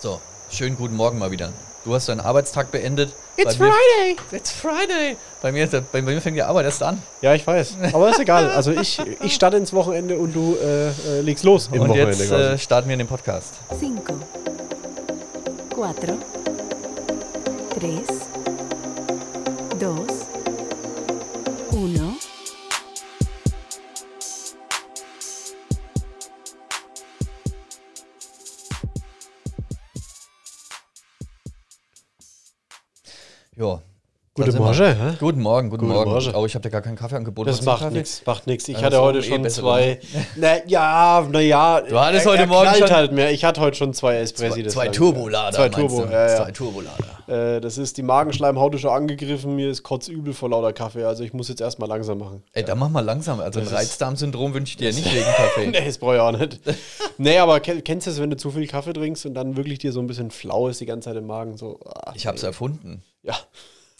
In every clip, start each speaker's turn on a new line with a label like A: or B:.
A: So, schönen guten Morgen mal wieder. Du hast deinen Arbeitstag beendet.
B: It's
A: bei mir,
B: Friday!
A: It's Friday. Bei mir, ist der- bei, bei mir fängt die Arbeit erst an.
B: Ja, ich weiß. Aber ist egal. Also ich, ich starte ins Wochenende und du äh, äh, legst los im
A: Und
B: Wochenende
A: jetzt
B: quasi.
A: äh, starten wir in den Podcast.
C: 5, 4, 3, 2, 1.
A: Jo.
B: Gute
A: Da sind wir.
B: Morgen, hä?
A: Guten Morgen, guten
B: Gute
A: Morgen.
B: Morgen.
A: Oh, ich habe dir gar keinen Kaffee angeboten.
B: Das
A: Hast du einen
B: macht
A: Kaffee?
B: nichts, macht nichts. Ich
A: Ja,
B: hatte
A: das
B: heute
A: ist eh
B: schon
A: besser,
B: zwei. Na, ja, naja. Du
A: hattest heute Morgen schon-
B: halt mehr. Ich hatte heute schon zwei Espressi.
A: Zwei,
B: das
A: zwei
B: lang-
A: Turbolader.
B: Zwei
A: meinst
B: Turbo,
A: du?
B: ja, ja.
A: Zwei Turbolader.
B: Äh, das ist die Magenschleimhaut ist schon angegriffen. Mir ist kotzübel vor lauter Kaffee. Also ich muss jetzt erstmal langsam machen.
A: Ey, dann mach mal langsam. Also ein
B: ist-
A: Reizdarmsyndrom wünsche ich dir nicht wegen Kaffee.
B: Nee, das brauche ich auch nicht. nee, aber ken- kennst du das, wenn du zu viel Kaffee trinkst und dann wirklich dir so ein bisschen flau ist die ganze Zeit im Magen? So, ah,
A: Ich habe es erfunden.
B: ja.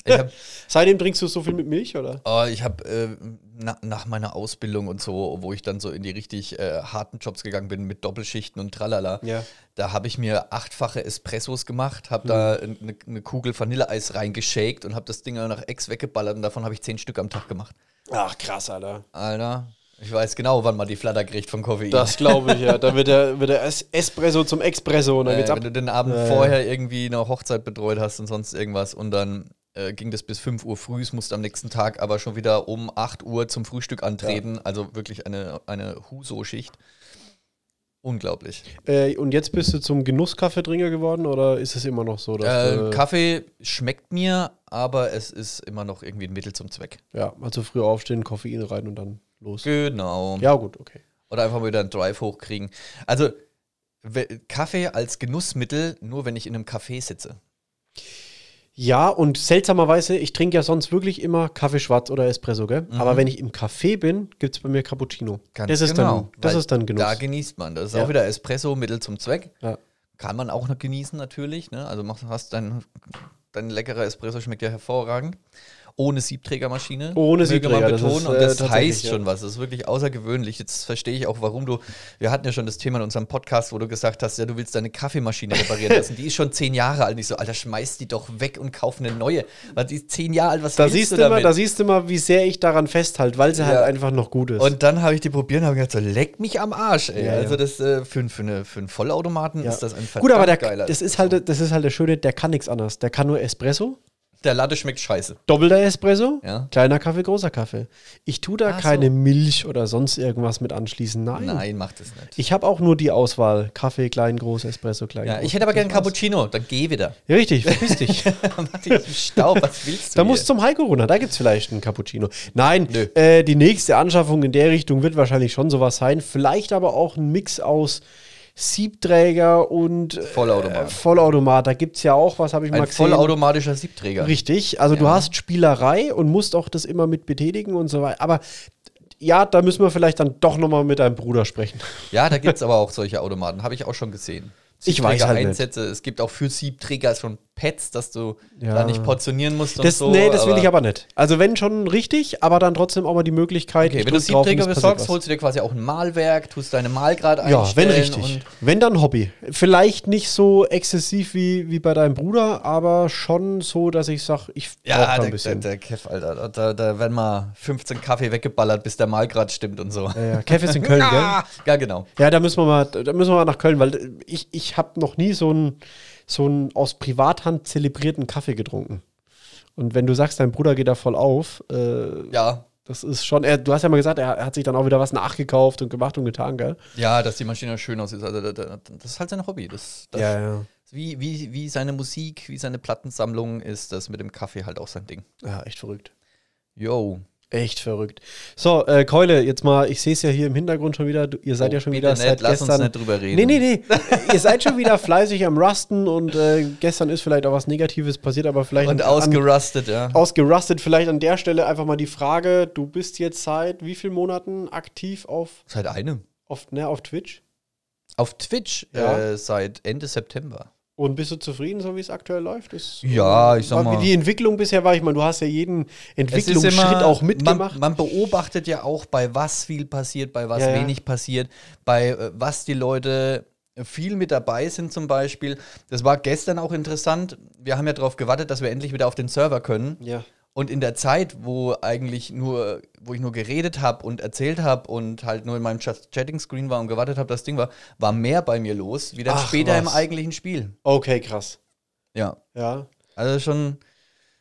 A: Ich habe
B: Seitdem trinkst du so viel mit Milch, oder?
A: Oh, ich habe äh, na, nach meiner Ausbildung und so, wo ich dann so in die richtig äh, harten Jobs gegangen bin mit Doppelschichten und tralala,
B: Ja. Hm.
A: da habe ich mir achtfache Espressos gemacht, habe da eine ne Kugel Vanilleeis reingeshakt und habe das Ding nach Ex weggeballert und davon habe ich zehn Stück am Tag gemacht.
B: Ach, krass, Alter.
A: Alter, ich weiß genau, wann man die Flatter kriegt von Koffein.
B: Das glaube ich, ja. Da wird der, wird der Es- Espresso zum Expresso und dann
A: äh,
B: geht's ab.
A: wenn du den Abend
B: Äh.
A: vorher irgendwie eine Hochzeit betreut hast und sonst irgendwas und dann äh, ging das bis 5 Uhr früh, es musste am nächsten Tag aber schon wieder um 8 Uhr zum Frühstück antreten. Also wirklich eine, eine Huso-Schicht. Unglaublich.
B: Äh, und jetzt bist du zum Genusskaffeetrinker geworden oder ist es immer noch so? Dass
A: Äh,
B: du,
A: Kaffee schmeckt mir, aber es ist immer noch irgendwie ein Mittel zum Zweck.
B: Ja, also früh aufstehen, Koffein rein und dann los.
A: Genau.
B: Ja, gut, okay.
A: Oder einfach mal wieder einen Drive hochkriegen. Also we- Kaffee als Genussmittel, nur wenn ich in einem Café sitze.
B: Ja, und seltsamerweise, ich trinke ja sonst wirklich immer Kaffee schwarz oder Espresso, gell? Aber wenn ich im Café bin, gibt es bei mir Cappuccino.
A: Ganz
B: das ist
A: genau,
B: dann, das
A: weil
B: ist dann Genuss.
A: Da genießt man. Das ist
B: Ja.
A: auch wieder Espresso, Mittel zum Zweck.
B: ja.
A: Kann man auch noch genießen natürlich. Ne? Also machst, hast dein, dein leckerer Espresso schmeckt ja hervorragend. Ohne Siebträgermaschine.
B: Ohne
A: möge man
B: Siebträger, das
A: betonen.
B: ist,
A: und
B: äh,
A: das
B: tatsächlich,
A: heißt
B: ja.
A: schon was. Das ist wirklich außergewöhnlich. Jetzt verstehe ich auch, warum du. Wir hatten ja schon das Thema in unserem Podcast, wo du gesagt hast, ja, du willst deine Kaffeemaschine reparieren lassen. Die ist schon zehn Jahre alt. Und ich so, Alter, schmeiß die doch weg und kauf eine neue. Weil die ist zehn Jahre alt. Was
B: Da
A: willst
B: siehst,
A: du
B: du immer,
A: damit?
B: da siehst du immer, wie sehr ich daran festhalte, weil sie
A: Ja.
B: halt einfach noch gut ist.
A: Und dann habe ich die probiert und habe gedacht, so, leck mich am Arsch, ey.
B: Ja, ja.
A: also das äh, für, für, eine, für einen Vollautomaten
B: Ja.
A: ist das ein verdammt
B: Gut, aber der,
A: geiler.
B: das, ist halt, das ist halt der Schöne, der kann nichts anderes. Der kann nur Espresso,
A: der Latte schmeckt scheiße.
B: doppelter Espresso,
A: Ja.
B: kleiner Kaffee, großer Kaffee. Ich tue da
A: Ach
B: keine
A: so.
B: Milch oder sonst irgendwas mit anschließen. Nein.
A: Nein, macht es nicht.
B: Ich habe auch nur die Auswahl. Kaffee, klein, groß, Espresso, klein,
A: ja,
B: groß.
A: ich hätte aber
B: Das
A: gern
B: war's.
A: Cappuccino, dann geh wieder.
B: Richtig, verpiss dich.
A: Mach dich im Staub, was willst du?
B: Da
A: hier?
B: musst du zum Heiko runter, da gibt es vielleicht einen Cappuccino. Nein,
A: Nö.
B: äh, die nächste Anschaffung in der Richtung wird wahrscheinlich schon sowas sein. Vielleicht aber auch ein Mix aus Siebträger und äh,
A: Vollautomat.
B: Vollautomat. Da gibt es ja auch, was habe ich mal
A: ein
B: gesehen.
A: vollautomatischer Siebträger.
B: Richtig, also du
A: Ja.
B: hast Spielerei und musst auch das immer mit betätigen und so weiter. Aber ja, da müssen wir vielleicht dann doch nochmal mit deinem Bruder sprechen.
A: Ja, da gibt es aber auch solche Automaten, habe ich auch schon gesehen.
B: Ich weiß halt nicht.
A: Einsätze. Es gibt auch für Siebträger schon Pads, dass du
B: Ja.
A: da nicht portionieren musst und
B: Das,
A: so.
B: nee, das will ich aber nicht. Also wenn schon richtig, aber dann trotzdem auch mal die Möglichkeit.
A: Okay,
B: ich
A: wenn du
B: drück drauf und
A: Siebträger
B: es passiert
A: besorgst,
B: was.
A: holst du dir quasi auch ein Malwerk, tust deine Mahlgrad einstellen.
B: Ja, wenn
A: und-
B: richtig. Wenn dann Hobby. Vielleicht nicht so exzessiv wie, wie bei deinem Bruder, aber schon so, dass ich sage, ich brauch
A: Ja,
B: da
A: der,
B: ein bisschen.
A: der, der Kev, Alter, da, da werden mal 15 Kaffee weggeballert, bis der Malgrad stimmt und so.
B: Ja, ja. Kev ist in Äh, Köln, gell?
A: Ah, ja, genau.
B: Ja, da müssen wir mal, da müssen wir mal nach Köln, weil ich, ich habe noch nie so einen so einen aus Privathand zelebrierten Kaffee getrunken. Und wenn du sagst, dein Bruder geht da voll auf, äh,
A: Ja.
B: das ist schon, er, du hast ja mal gesagt, er, er hat sich dann auch wieder was nachgekauft und gemacht und getan, gell?
A: ja, dass die Maschine schön aussieht. Also, da- da- das ist halt sein Hobby. Das, das
B: ja.
A: Wie, wie, wie seine Musik, wie seine Plattensammlung ist das mit dem Kaffee halt auch sein Ding.
B: Ja, echt verrückt.
A: Yo.
B: Echt verrückt. So, äh, Keule, jetzt mal, ich sehe es ja hier im Hintergrund schon wieder. Du, ihr seid
A: Oh,
B: ja schon
A: bitte
B: wieder
A: nicht,
B: seit
A: lass uns
B: gestern.
A: nicht drüber reden.
B: Nee, nee, nee. ihr seid schon wieder fleißig am Rusten und äh, gestern ist vielleicht auch was Negatives passiert, aber vielleicht
A: Und
B: an-
A: ausgerustet, ja.
B: ausgerustet. Vielleicht an der Stelle einfach mal die Frage: Du bist jetzt seit wie vielen Monaten aktiv auf,
A: Seit einem.
B: auf, ne, auf Twitch?
A: Auf Twitch
B: Ja.
A: äh, seit Ende September.
B: Und bist du zufrieden, so wie es aktuell läuft? Ist,
A: Ja, ich sag
B: war-
A: mal-
B: Wie die Entwicklung bisher war, ich meine, du hast ja jeden Entwicklungsschritt auch mitgemacht.
A: Man, man beobachtet ja auch, bei was viel passiert, bei was
B: Ja, ja.
A: wenig passiert, bei äh, was die Leute viel mit dabei sind zum Beispiel. Das war gestern auch interessant. Wir haben ja darauf gewartet, dass wir endlich wieder auf den Server können.
B: Ja.
A: Und in der Zeit, wo eigentlich nur, wo ich nur geredet habe und erzählt habe und halt nur in meinem Chat- Chatting-Screen war und gewartet habe, das Ding war, war mehr bei mir los, wie dann
B: Ach,
A: später im
B: was.
A: eigentlichen Spiel.
B: Okay, krass.
A: Ja.
B: Ja.
A: Also schon,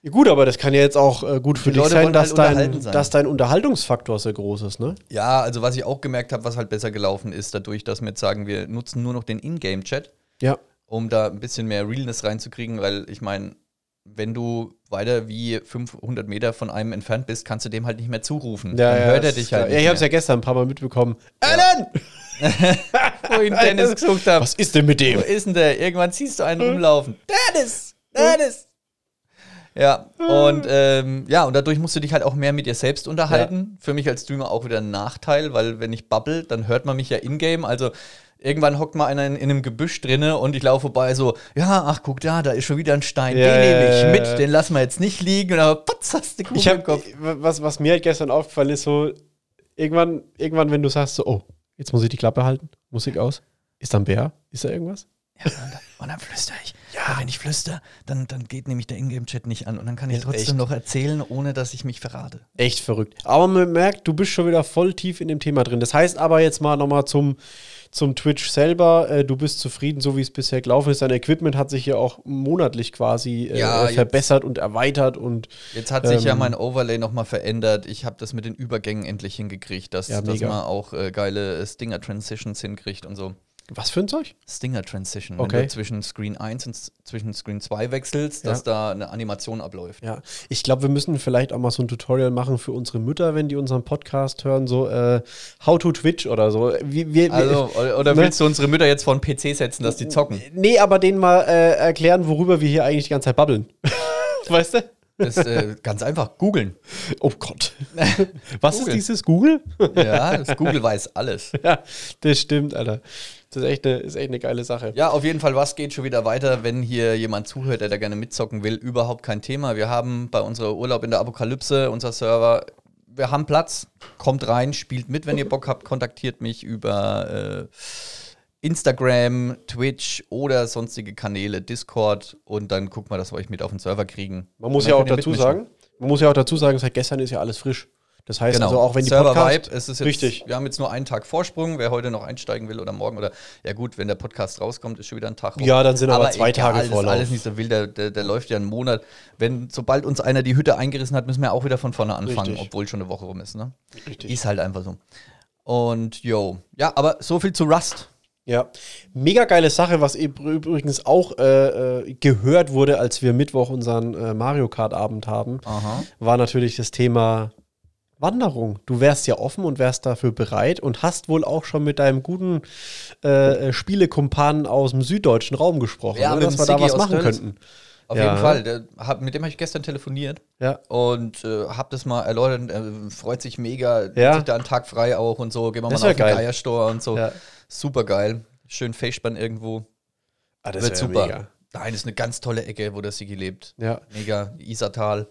B: Ja, Gut, aber das kann ja jetzt auch äh, gut für
A: Die
B: dich
A: Leute
B: sein
A: wollen
B: dass,
A: halt
B: dein,
A: unterhalten sein.
B: dass dein Unterhaltungsfaktor so groß ist, ne?
A: ja, also was ich auch gemerkt habe, was halt besser gelaufen ist, dadurch, dass wir jetzt sagen, wir nutzen nur noch den Ingame-Chat,
B: Ja.
A: um da ein bisschen mehr Realness reinzukriegen, weil ich meine, wenn du weiter wie 500 Meter von einem entfernt bist, kannst du dem halt nicht mehr zurufen.
B: Ja,
A: dann
B: ja,
A: hört er
B: das ist
A: dich
B: klar.
A: halt.
B: Ja, ich
A: nicht
B: hab's ja
A: mehr.
B: gestern ein paar Mal mitbekommen.
A: Alan! Wo ich den Dennis gesucht habe.
B: Was ist denn mit
A: Wo
B: dem?
A: ist denn der? Irgendwann siehst du einen rumlaufen. Dennis! Dennis! Ja, und ähm, ja, und dadurch musst du dich halt auch mehr mit dir selbst unterhalten. Für mich als Streamer auch wieder ein Nachteil, weil wenn ich bubble, dann hört man mich ja in-game. Also irgendwann hockt mal einer in, in einem Gebüsch drinne und ich laufe vorbei so, ja, ach guck da, da ist schon wieder ein Stein.
B: Ja,
A: den nehme ich
B: ja, ja,
A: mit,
B: ja.
A: den lassen wir jetzt nicht liegen. Und dann, putz, hast du Kugel
B: Ich
A: im
B: hab,
A: Kopf.
B: was, was mir halt gestern aufgefallen ist, so irgendwann, irgendwann, wenn du sagst, so, oh, jetzt muss ich die Klappe halten, Musik aus, ist da ein Bär? Ist da irgendwas?
A: Und dann flüstere ich. Ja, wenn ich flüstere, dann, dann geht nämlich der Ingame-Chat nicht an und dann kann ich trotzdem
B: echt.
A: noch erzählen, ohne dass ich mich verrate.
B: Echt verrückt. Aber man merkt, du bist schon wieder voll tief in dem Thema drin. Das heißt aber jetzt mal nochmal zum, zum Twitch selber. Äh, du bist zufrieden, so wie es bisher gelaufen ist. Dein Equipment hat sich ja auch monatlich quasi äh,
A: Ja,
B: äh, verbessert und erweitert und
A: Jetzt hat sich ja
B: Ähm,
A: mein Overlay nochmal verändert. Ich habe das mit den Übergängen endlich hingekriegt, dass,
B: Ja,
A: dass
B: mega.
A: man auch äh, geile äh, Stinger-Transitions hinkriegt und so.
B: was für ein Zeug?
A: Stinger-Transition, wenn
B: Okay.
A: du zwischen Screen 1 und s- zwischen Screen 2 wechselst, dass da eine Animation abläuft.
B: Ja, ich glaube, wir müssen vielleicht auch mal so ein Tutorial machen für unsere Mütter, wenn die unseren Podcast hören, so äh, How to Twitch oder so. Wie, wie,
A: Also, oder oder
B: Ne?
A: willst du unsere Mütter jetzt vor den PC setzen, dass die zocken?
B: nee, aber denen mal äh, erklären, worüber wir hier eigentlich die ganze Zeit babbeln. weißt du?
A: Das ist äh, ganz einfach, googeln.
B: Oh Gott. Was
A: Google.
B: ist dieses Google?
A: Ja, das Google weiß alles.
B: ja, das stimmt, Alter. Das ist echt eine, ist echt eine geile Sache.
A: Ja, auf jeden Fall, was geht schon wieder weiter, wenn hier jemand zuhört, der da gerne mitzocken will? Überhaupt kein Thema. Wir haben bei unserem Urlaub in der Apokalypse, unser Server, wir haben Platz. Kommt rein, spielt mit, wenn ihr Bock habt. Kontaktiert mich über äh, Instagram, Twitch oder sonstige Kanäle, Discord. Und dann gucken wir, dass wir euch mit auf den Server kriegen.
B: Man muss
A: Dann
B: ja auch
A: könnt ihr
B: dazu
A: mitmischen.
B: sagen, man muss ja auch dazu sagen, seit gestern ist ja alles frisch. Das heißt
A: Genau.
B: also auch wenn die
A: Server
B: Podcast
A: Vibe, es ist jetzt,
B: richtig.
A: Wir haben jetzt nur einen Tag Vorsprung. Wer heute noch einsteigen will oder morgen oder ja gut, wenn der Podcast rauskommt, ist schon wieder ein Tag rum.
B: Ja, dann sind aber zwei Tage
A: das ist
B: Vorlauf.
A: Alles nicht so wild. Der, der, der läuft ja einen Monat. Wenn sobald uns einer die Hütte eingerissen hat, müssen wir auch wieder von vorne anfangen,
B: Richtig.
A: obwohl schon eine Woche rum ist. Ne?
B: Richtig.
A: Ist halt einfach so. Und yo, ja, aber so viel zu Rust.
B: Ja, mega geile Sache, was eben übrigens auch äh, äh, gehört wurde, als wir Mittwoch unseren äh, Mario Kart Abend haben,
A: Aha.
B: war natürlich das Thema Wanderung. Du wärst ja offen und wärst dafür bereit und hast wohl auch schon mit deinem guten äh, äh, Spielekumpanen aus dem süddeutschen Raum gesprochen,
A: Ja,
B: ne,
A: mit
B: dass
A: dem
B: wir da
A: Siggi
B: was
A: aus
B: machen
A: Tölz.
B: könnten.
A: Auf
B: Ja.
A: jeden Fall. Der, hab, mit dem habe ich gestern telefoniert.
B: Ja.
A: Und äh, hab das mal erläutert, äh, freut sich mega,
B: Ja.
A: nimmt sich da einen Tag frei auch und so, gehen wir
B: Das
A: mal
B: wär
A: auf den
B: geil.
A: Geierstore und so.
B: Ja.
A: Super geil. Schön Facebann irgendwo.
B: Ah,
A: Wird super. Nein, ist eine ganz tolle Ecke, wo der Sigi lebt.
B: Ja.
A: Mega. Isartal.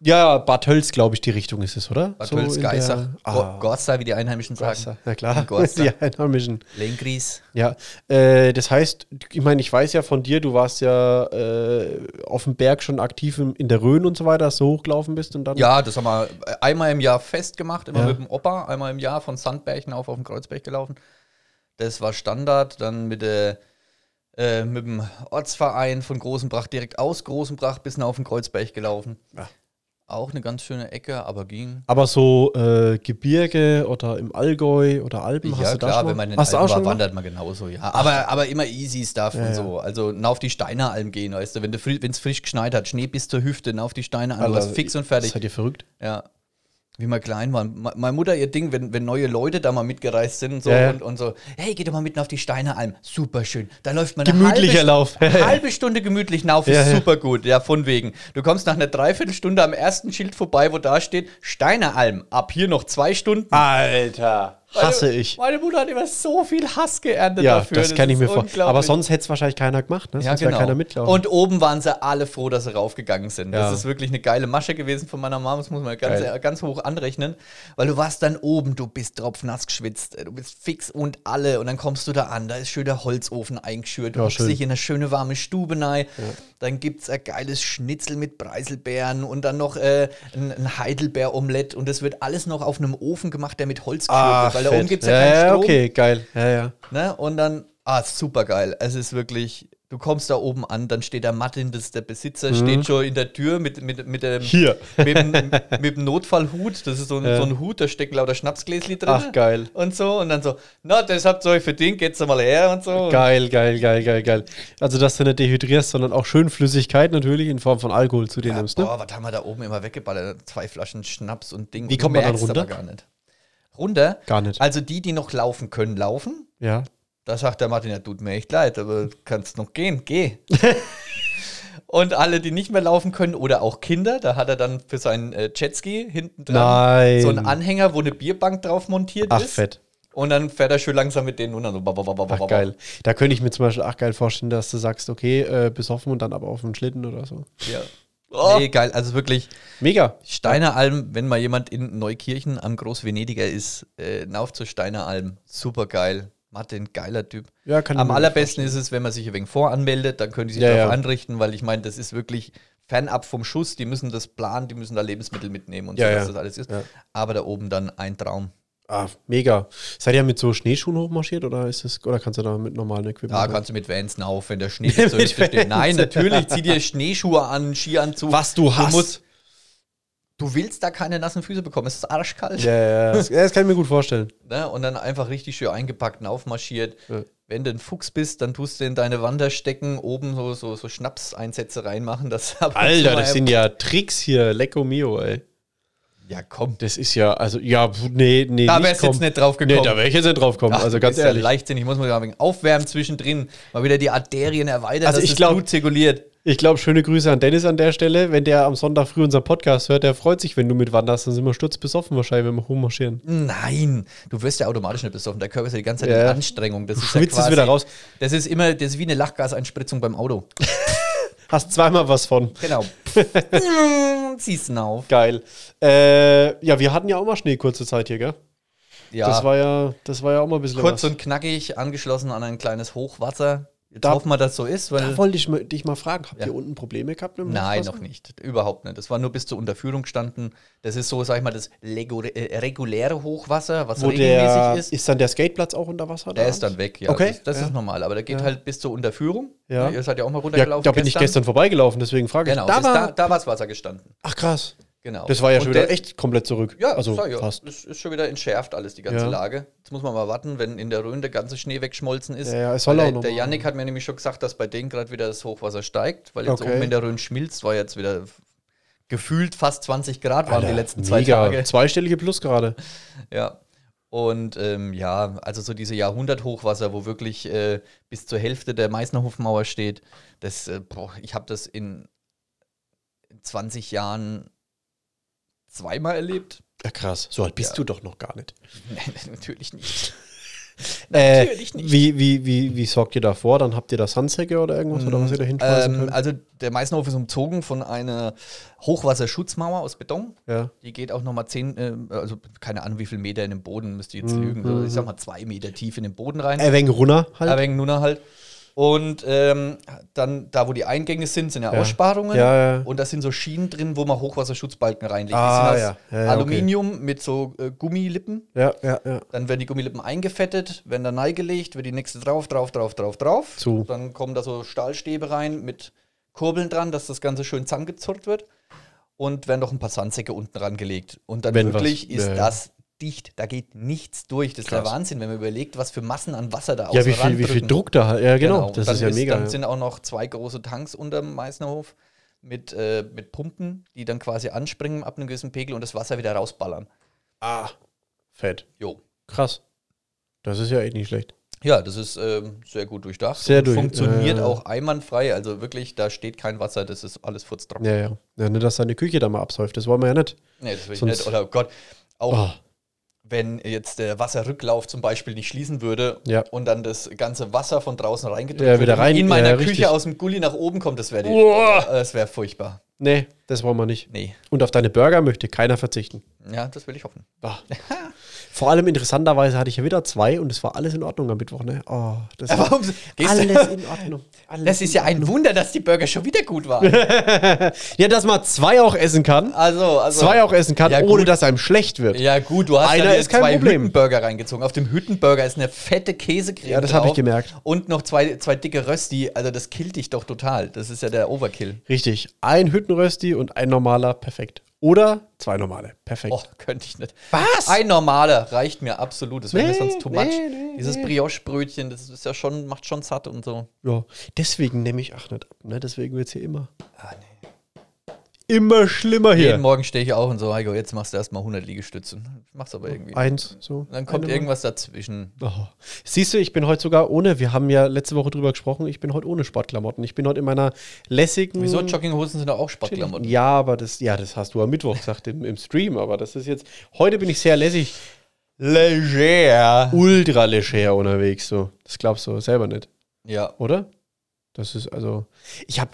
B: ja, Bad Hölz, glaube ich, die Richtung ist es, oder?
A: Bad Oh
B: So
A: Hölz,
B: in der-
A: Geisach.
B: Ah,
A: Go- Gorstal, wie die Einheimischen
B: Gorsach.
A: sagen.
B: Ja klar,
A: Gorsach.
B: die Einheimischen.
A: Lengries.
B: Ja, äh, das heißt, ich meine, ich weiß ja von dir, du warst ja äh, auf dem Berg schon aktiv im, in der Rhön und so weiter, dass du hochgelaufen bist und dann.
A: Ja, das haben wir äh, einmal im Jahr festgemacht, immer
B: Ja.
A: mit dem Opa, einmal im Jahr von Sandbergen auf auf den Kreuzberg gelaufen. Das war Standard, dann mit, der, äh, mit dem Ortsverein von Großenbrach direkt aus Großenbrach bis nach auf den Kreuzberg gelaufen.
B: Ja.
A: Auch eine ganz schöne Ecke, aber ging.
B: Aber so äh, Gebirge oder im Allgäu oder Alpen hast
A: Ja,
B: du da
A: klar,
B: schon
A: wenn man in
B: mal?
A: den
B: Hast du auch
A: Alpen
B: schon
A: war,
B: gemacht?
A: wandert man genauso, ja. Aber, aber immer easy Stuff
B: Ja,
A: und
B: ja.
A: so. Also na auf die Steine Alm gehen, weißt du, wenn es frisch geschneit hat, Schnee bis zur Hüfte, na auf die Steine Alm, du
B: Also
A: warst fix und fertig.
B: Seid ihr verrückt?
A: Ja. Wie wir klein waren. Me- Meine Mutter, ihr Ding, wenn, wenn neue Leute da mal mitgereist sind so,
B: Ja, ja.
A: Und, und so, hey, geh doch mal mitten auf die Steine Alm. Super schön. Da läuft man eine
B: Gemütlicher
A: halbe,
B: Lauf.
A: eine halbe Stunde gemütlich Lauf
B: Ja,
A: ist
B: ja.
A: super gut. Ja, von wegen. Du kommst nach einer Dreiviertelstunde am ersten Schild vorbei, wo da steht, Steine Alm. Ab hier noch zwei Stunden.
B: Alter. Ah, Hasse ich.
A: Meine Mutter hat immer so viel Hass geerntet
B: Ja,
A: dafür.
B: das kann ich
A: ist
B: mir vorstellen. Aber
A: unglaublich.
B: sonst hätte es wahrscheinlich keiner gemacht, ne?
A: ja,
B: sonst
A: genau.
B: wäre keiner mitlaufen.
A: Und oben waren sie alle froh, dass sie raufgegangen sind. Das
B: Ja.
A: ist wirklich eine geile Masche gewesen von meiner Mama. Das muss man ganz,
B: Geil.
A: ganz hoch anrechnen. Weil du warst dann oben, du bist tropfnass geschwitzt, du bist fix und alle. Und dann kommst du da an, da ist schön der Holzofen eingeschürt. Du
B: Ja,
A: hockst
B: schön.
A: dich in eine schöne warme Stube rein. Dann gibt es ein geiles Schnitzel mit Preiselbeeren und dann noch äh, ein, ein Heidelbeer-Omelett. Und das wird alles noch auf einem Ofen gemacht, der mit Holz geschürt
B: Ach,
A: wird. Weil da oben
B: Ah, fett.
A: gibt es ja,
B: ja,
A: keinen
B: ja,
A: Strom.
B: okay, geil. Ja, ja.
A: Ne? Und dann, ah, super geil. Es ist wirklich, du kommst da oben an, dann steht der Martin, das ist der Besitzer, steht schon in der Tür mit, mit, mit, dem,
B: Mhm. Hier.
A: mit, dem, mit dem Notfallhut. Das ist so ein, so ein Hut, da stecken lauter Schnapsgläsli drin.
B: Ach, geil.
A: Und so. Und dann so, na, das habt ihr euch verdient, geht's doch mal her und so.
B: Geil, geil, geil, geil, geil. Also, dass du nicht dehydrierst, sondern auch schön Flüssigkeit natürlich in Form von Alkohol zu dir
A: Ja,
B: nimmst, ne?
A: boah, was haben wir da oben immer weggeballert? Zwei Flaschen Schnaps und Ding.
B: Wie
A: Und
B: kommt
A: du
B: man dann
A: merkst es aber
B: runter?
A: Gar nicht. Runter?
B: Gar nicht.
A: Also die, die noch laufen können, laufen.
B: Ja.
A: Da sagt der Martin, ja, tut mir echt leid, aber du kannst noch gehen, geh. Und alle, die nicht mehr laufen können oder auch Kinder, da hat er dann für seinen äh, Jetski hinten dran
B: Nein.
A: so einen Anhänger, wo eine Bierbank drauf montiert
B: Ach,
A: ist.
B: fett.
A: Und dann fährt er schön langsam mit denen runter. So, ba, ba, ba, ba, ba,
B: Ach,
A: ba.
B: geil. Da könnte ich mir zum Beispiel auch geil vorstellen, dass du sagst, okay, äh, besoffen und dann aber auf dem Schlitten oder so.
A: Ja. Nee, geil. Also wirklich,
B: Mega.
A: Steiner Alm, wenn mal jemand in Neukirchen am Großvenediger ist, äh, nauf zur Steiner Alm. Super geil. Martin, geiler Typ.
B: Ja, kann ich
A: Am
B: mir
A: allerbesten ist es, wenn man sich ein wenig voranmeldet, dann können die sich
B: Ja,
A: darauf
B: ja.
A: anrichten, weil ich meine, das ist wirklich fernab vom Schuss. Die müssen das planen, die müssen da Lebensmittel mitnehmen und
B: Ja,
A: so,
B: ja.
A: was das alles ist.
B: Ja.
A: Aber da oben dann ein Traum.
B: Ah, mega. Seid ihr mit so Schneeschuhen hochmarschiert oder ist das, oder kannst du da mit normalen Equipment?
A: Da
B: hoch?
A: kannst du mit Vans auf, wenn der Schnee nicht so
B: Mit
A: richtig steht.
B: Vans.
A: Nein, natürlich, zieh dir Schneeschuhe an, Skianzug.
B: Was du hast.
A: musst- Du willst da keine nassen Füße bekommen, es ist arschkalt.
B: ja, ja, ja. Das, ja, das kann ich mir gut vorstellen.
A: ne? und dann einfach richtig schön eingepackt und aufmarschiert.
B: Ja.
A: Wenn du ein Fuchs bist, dann tust du in deine Wander stecken, oben so, so, so Schnaps-Einsätze reinmachen. Das
B: Alter, das sind ja Tricks hier. Lecco mio, ey.
A: Ja, komm.
B: Das ist ja, also, ja, pf, nee, nee.
A: Da wär's jetzt nicht drauf gekommen.
B: Nee, da wäre ich jetzt nicht drauf gekommen.
A: Ach,
B: also,
A: du
B: ganz
A: bist ja
B: ehrlich.
A: leichtsinnig, muss man ja ein wenig aufwärmen zwischendrin, mal wieder die Arterien erweitern,
B: Also ich glaub-
A: Blut zirkuliert.
B: Ich glaube, schöne Grüße an Dennis an der Stelle. Wenn der am Sonntag früh unseren Podcast hört, der freut sich, wenn du mitwanderst. Dann sind wir sturzbesoffen wahrscheinlich, wenn wir hochmarschieren.
A: Nein, du wirst ja automatisch nicht besoffen. Der Körper ist ja die ganze Zeit
B: Ja.
A: in Anstrengung. Das
B: Du
A: ist ja
B: schwitzt es
A: quasi,
B: wieder raus.
A: Das ist immer, das ist wie eine Lachgaseinspritzung beim Auto.
B: Hast zweimal was von.
A: Genau. Ziehst ihn auf.
B: Geil. Äh, ja, wir hatten ja auch mal Schnee kurze Zeit hier, gell?
A: Ja.
B: Das war ja, das war ja auch mal ein bisschen
A: kurz
B: was.
A: und knackig angeschlossen an ein kleines Hochwasser. Jetzt
B: Da-
A: hoffen wir, dass so ist, weil.
B: Da wollte ich mal- dich mal fragen, habt
A: Ja.
B: ihr unten Probleme gehabt? mit dem
A: Nein,
B: Hochwasser?
A: noch nicht. Überhaupt nicht. Das war nur bis zur Unterführung gestanden. Das ist so, sag ich mal, das lego- äh, reguläre Hochwasser, was
B: Wo
A: regelmäßig
B: der,
A: ist.
B: ist. dann der Skateplatz auch unter Wasser?
A: Der
B: da?
A: ist dann weg, ja.
B: Okay.
A: Das, das
B: Ja.
A: ist normal. Aber der geht
B: Ja.
A: halt bis zur Unterführung. Ne,
B: Ja.
A: Ihr seid ja auch mal
B: Ja,
A: runtergelaufen.
B: da bin ich gestern vorbeigelaufen, deswegen frage ich.
A: Genau,
B: da
A: da
B: war,
A: war, da, da war das Wasser gestanden.
B: Ach krass.
A: Genau.
B: Das war ja
A: Und
B: schon wieder
A: der-
B: echt komplett zurück.
A: Ja,
B: also
A: sag ja,
B: fast.
A: Das ist schon wieder entschärft alles, die ganze
B: Ja.
A: Lage. Jetzt muss man mal warten, wenn in der Rhön der ganze Schnee wegschmolzen ist.
B: Ja, ja, es soll
A: Weil
B: auch
A: der,
B: noch
A: der
B: mal.
A: Yannick hat mir nämlich schon gesagt, dass bei denen gerade wieder das Hochwasser steigt, weil jetzt
B: Okay.
A: oben in der Rhön schmilzt, war jetzt wieder f- gefühlt fast 20 Grad waren die
B: Alter,
A: letzten zwei
B: mega.
A: Tage.
B: Zweistellige Plus gerade.
A: Ja. Und ähm, ja, also so diese Jahrhundert-Hochwasser, wo wirklich äh, bis zur Hälfte der Meißner Hofmauer steht, das, äh, boah, ich habe das in 20 Jahren zweimal erlebt.
B: Ja, krass. So alt bist
A: Ja.
B: du doch noch gar nicht.
A: Nein, natürlich nicht.
B: Äh,
A: Natürlich nicht.
B: Wie, wie, wie, wie sorgt ihr da vor? Dann habt ihr da Sandsäcke oder irgendwas, oder was ihr da hinschmeißen
A: Ähm,
B: könnt?
A: also der Meißenhof ist umzogen von einer Hochwasserschutzmauer aus Beton.
B: ja.
A: Die geht auch nochmal 10, ähm, also keine Ahnung wie viel Meter in den Boden, müsste ich jetzt
B: Mhm.
A: lügen. So, ich sag mal zwei Meter tief in den Boden rein.
B: Ein wenig runter halt.
A: Aber wegen Nuna halt. Und ähm, dann, da wo die Eingänge sind, sind ja,
B: Ja.
A: Aussparungen.
B: Ja, ja.
A: Und da sind so Schienen drin, wo man Hochwasserschutzbalken reinlegt.
B: Ah,
A: die sind
B: ja. Ja, ja, okay.
A: Aluminium mit so äh, Gummilippen.
B: ja, ja, ja.
A: Dann werden die Gummilippen eingefettet, werden dann neigelegt, wird die nächste drauf, drauf, drauf, drauf, drauf.
B: Zu.
A: Dann kommen da so Stahlstäbe rein mit Kurbeln dran, dass das Ganze schön zusammengezurrt wird. Und werden noch ein paar Sandsäcke unten rangelegt. Und dann
B: Wenn was-
A: wirklich ist
B: ja, ja.
A: das dicht. Da geht nichts durch. Das ist
B: Krass.
A: der Wahnsinn, wenn man überlegt, was für Massen an Wasser da
B: Ja,
A: außen
B: wie viel, wie viel
A: randrücken.
B: Druck da halt. Ja, genau.
A: Und
B: Das
A: dann
B: ist ja mega.
A: Dann
B: ja.
A: sind auch noch zwei große Tanks unterm Meißnerhof mit, äh, mit Pumpen, die dann quasi anspringen ab einem gewissen Pegel und das Wasser wieder rausballern.
B: Ah, fett.
A: Jo.
B: Krass. Das ist ja echt nicht schlecht.
A: Ja, das ist ähm, sehr gut durchdacht.
B: Sehr
A: und
B: durch-
A: Funktioniert
B: äh,
A: auch einwandfrei. Also wirklich, da steht kein Wasser, das ist alles furztrocken.
B: Ja, ja. ja nicht, dass seine Küche da mal absäuft. Das wollen wir ja nicht.
A: Nee, das will ich
B: Sonst-
A: nicht. Oder oh Gott, auch
B: Oh,
A: wenn jetzt der Wasserrücklauf zum Beispiel nicht schließen würde
B: Ja.
A: und dann das ganze Wasser von draußen reingedrückt
B: Ja, wieder
A: würde,
B: rein-
A: in meiner
B: ja,
A: Küche
B: richtig.
A: aus dem Gully nach oben kommt, das wäre
B: Uah.
A: das wäre furchtbar.
B: Nee, das wollen wir nicht.
A: Nee.
B: Und auf deine Burger möchte keiner verzichten.
A: Ja, das will ich hoffen.
B: Ah. Vor allem interessanterweise hatte ich ja wieder zwei und es war alles in Ordnung am Mittwoch, ne? Oh, das
A: Ja,
B: war
A: warum so- Gehst du-
B: alles in Ordnung. Alles
A: Das ist ja ein Wunder, dass die Burger schon wieder gut waren.
B: ja, dass man zwei auch essen kann.
A: Also, also
B: Zwei auch essen kann,
A: Ja,
B: ohne
A: gut.
B: dass einem schlecht wird.
A: Ja, gut, du hast
B: Einer
A: ja dir
B: ist kein
A: zwei
B: Problem.
A: Hüttenburger reingezogen. Auf dem Hüttenburger ist eine fette Käsecreme.
B: Ja, das hab ich
A: drauf
B: gemerkt.
A: Und noch zwei, zwei dicke Rösti. Also, das killt dich doch total. Das ist ja der Overkill.
B: Richtig. Ein Hüttenrösti und ein normaler, perfekt. Oder zwei normale, perfekt.
A: Oh, könnte ich nicht.
B: Was?
A: Ein normaler reicht mir absolut. Das wäre mir
B: Nee,
A: sonst too
B: nee,
A: much.
B: nee,
A: Dieses
B: nee.
A: Brioche-Brötchen, das ist ja schon, macht schon satt und so.
B: Ja. Deswegen nehme ich auch nicht ab, ne? Deswegen wird es hier immer. Immer schlimmer hier.
A: Ah, Jeden Morgen stehe ich auf und so, Heiko, jetzt machst du erstmal 100 Liegestützen. Ich mach's aber irgendwie.
B: Eins, so.
A: Dann kommt
B: Eine
A: irgendwas dazwischen.
B: Oh. Siehst du, ich bin heute sogar ohne, wir haben ja letzte Woche drüber gesprochen, ich bin heute ohne Sportklamotten. Ich bin heute in meiner lässigen.
A: Wieso Jogginghosen sind doch auch Sportklamotten?
B: Genau. Ja, aber das, ja, das hast du am Mittwoch gesagt im, im Stream, aber das ist jetzt. Heute bin ich sehr lässig,
A: Leger.
B: ultra leger unterwegs. So. Das glaubst du selber nicht,
A: Ja.
B: oder? Das ist also. Ich habe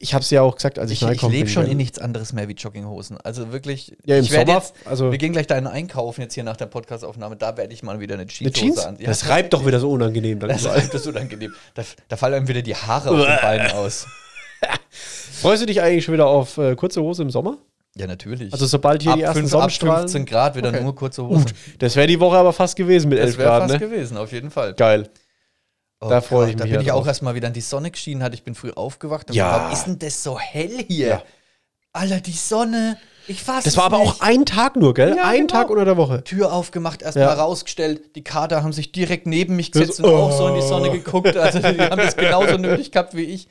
B: ich hab's ja auch gesagt, als ich,
A: Ich, ich
B: reingekommen
A: lebe
B: bin,
A: schon
B: gell?
A: in nichts anderes mehr wie Jogginghosen. Also wirklich,
B: Ja, im
A: ich werd
B: Sommer,
A: jetzt,
B: also-
A: wir gehen gleich da einen einkaufen jetzt hier nach der Podcastaufnahme, da werde ich mal wieder eine
B: Eine
A: Jeanshose
B: Jeans?
A: an. Ja,
B: das reibt doch wieder so unangenehm. Dann
A: das,
B: überall.
A: das ist unangenehm. Da, da fallen einem wieder die Haare auf den Beinen aus.
B: Freust du dich eigentlich schon wieder auf äh, kurze Hose im Sommer?
A: Ja, natürlich.
B: Also sobald hier
A: ab,
B: die ersten
A: fünf, ab
B: Sonnenstrahlen...
A: 15 Grad wieder
B: Okay.
A: nur kurze
B: Uh,
A: Hosen.
B: das wäre die Woche aber fast gewesen mit
A: das
B: 11
A: wäre
B: Grad,
A: fast
B: ne?
A: gewesen, auf jeden Fall.
B: Geil.
A: Oh
B: Da freu ich
A: Gott, Da
B: mich
A: bin
B: ja
A: ich auch
B: drauf.
A: erstmal wieder in die Sonne geschienen hat. Ich bin früh aufgewacht. und
B: Ja.
A: Warum ist denn das so hell hier?
B: Ja.
A: Alter, die Sonne. Ich fass
B: Das
A: es
B: war aber
A: nicht.
B: auch ein Tag nur, gell?
A: Ja,
B: ein
A: genau.
B: Tag unter der Woche.
A: Tür aufgemacht,
B: Ja.
A: erstmal mal rausgestellt. Die Kater haben sich direkt neben mich gesetzt
B: so,
A: und auch so in die
B: oh.
A: Sonne geguckt. Also die haben das genauso nötig gehabt wie ich.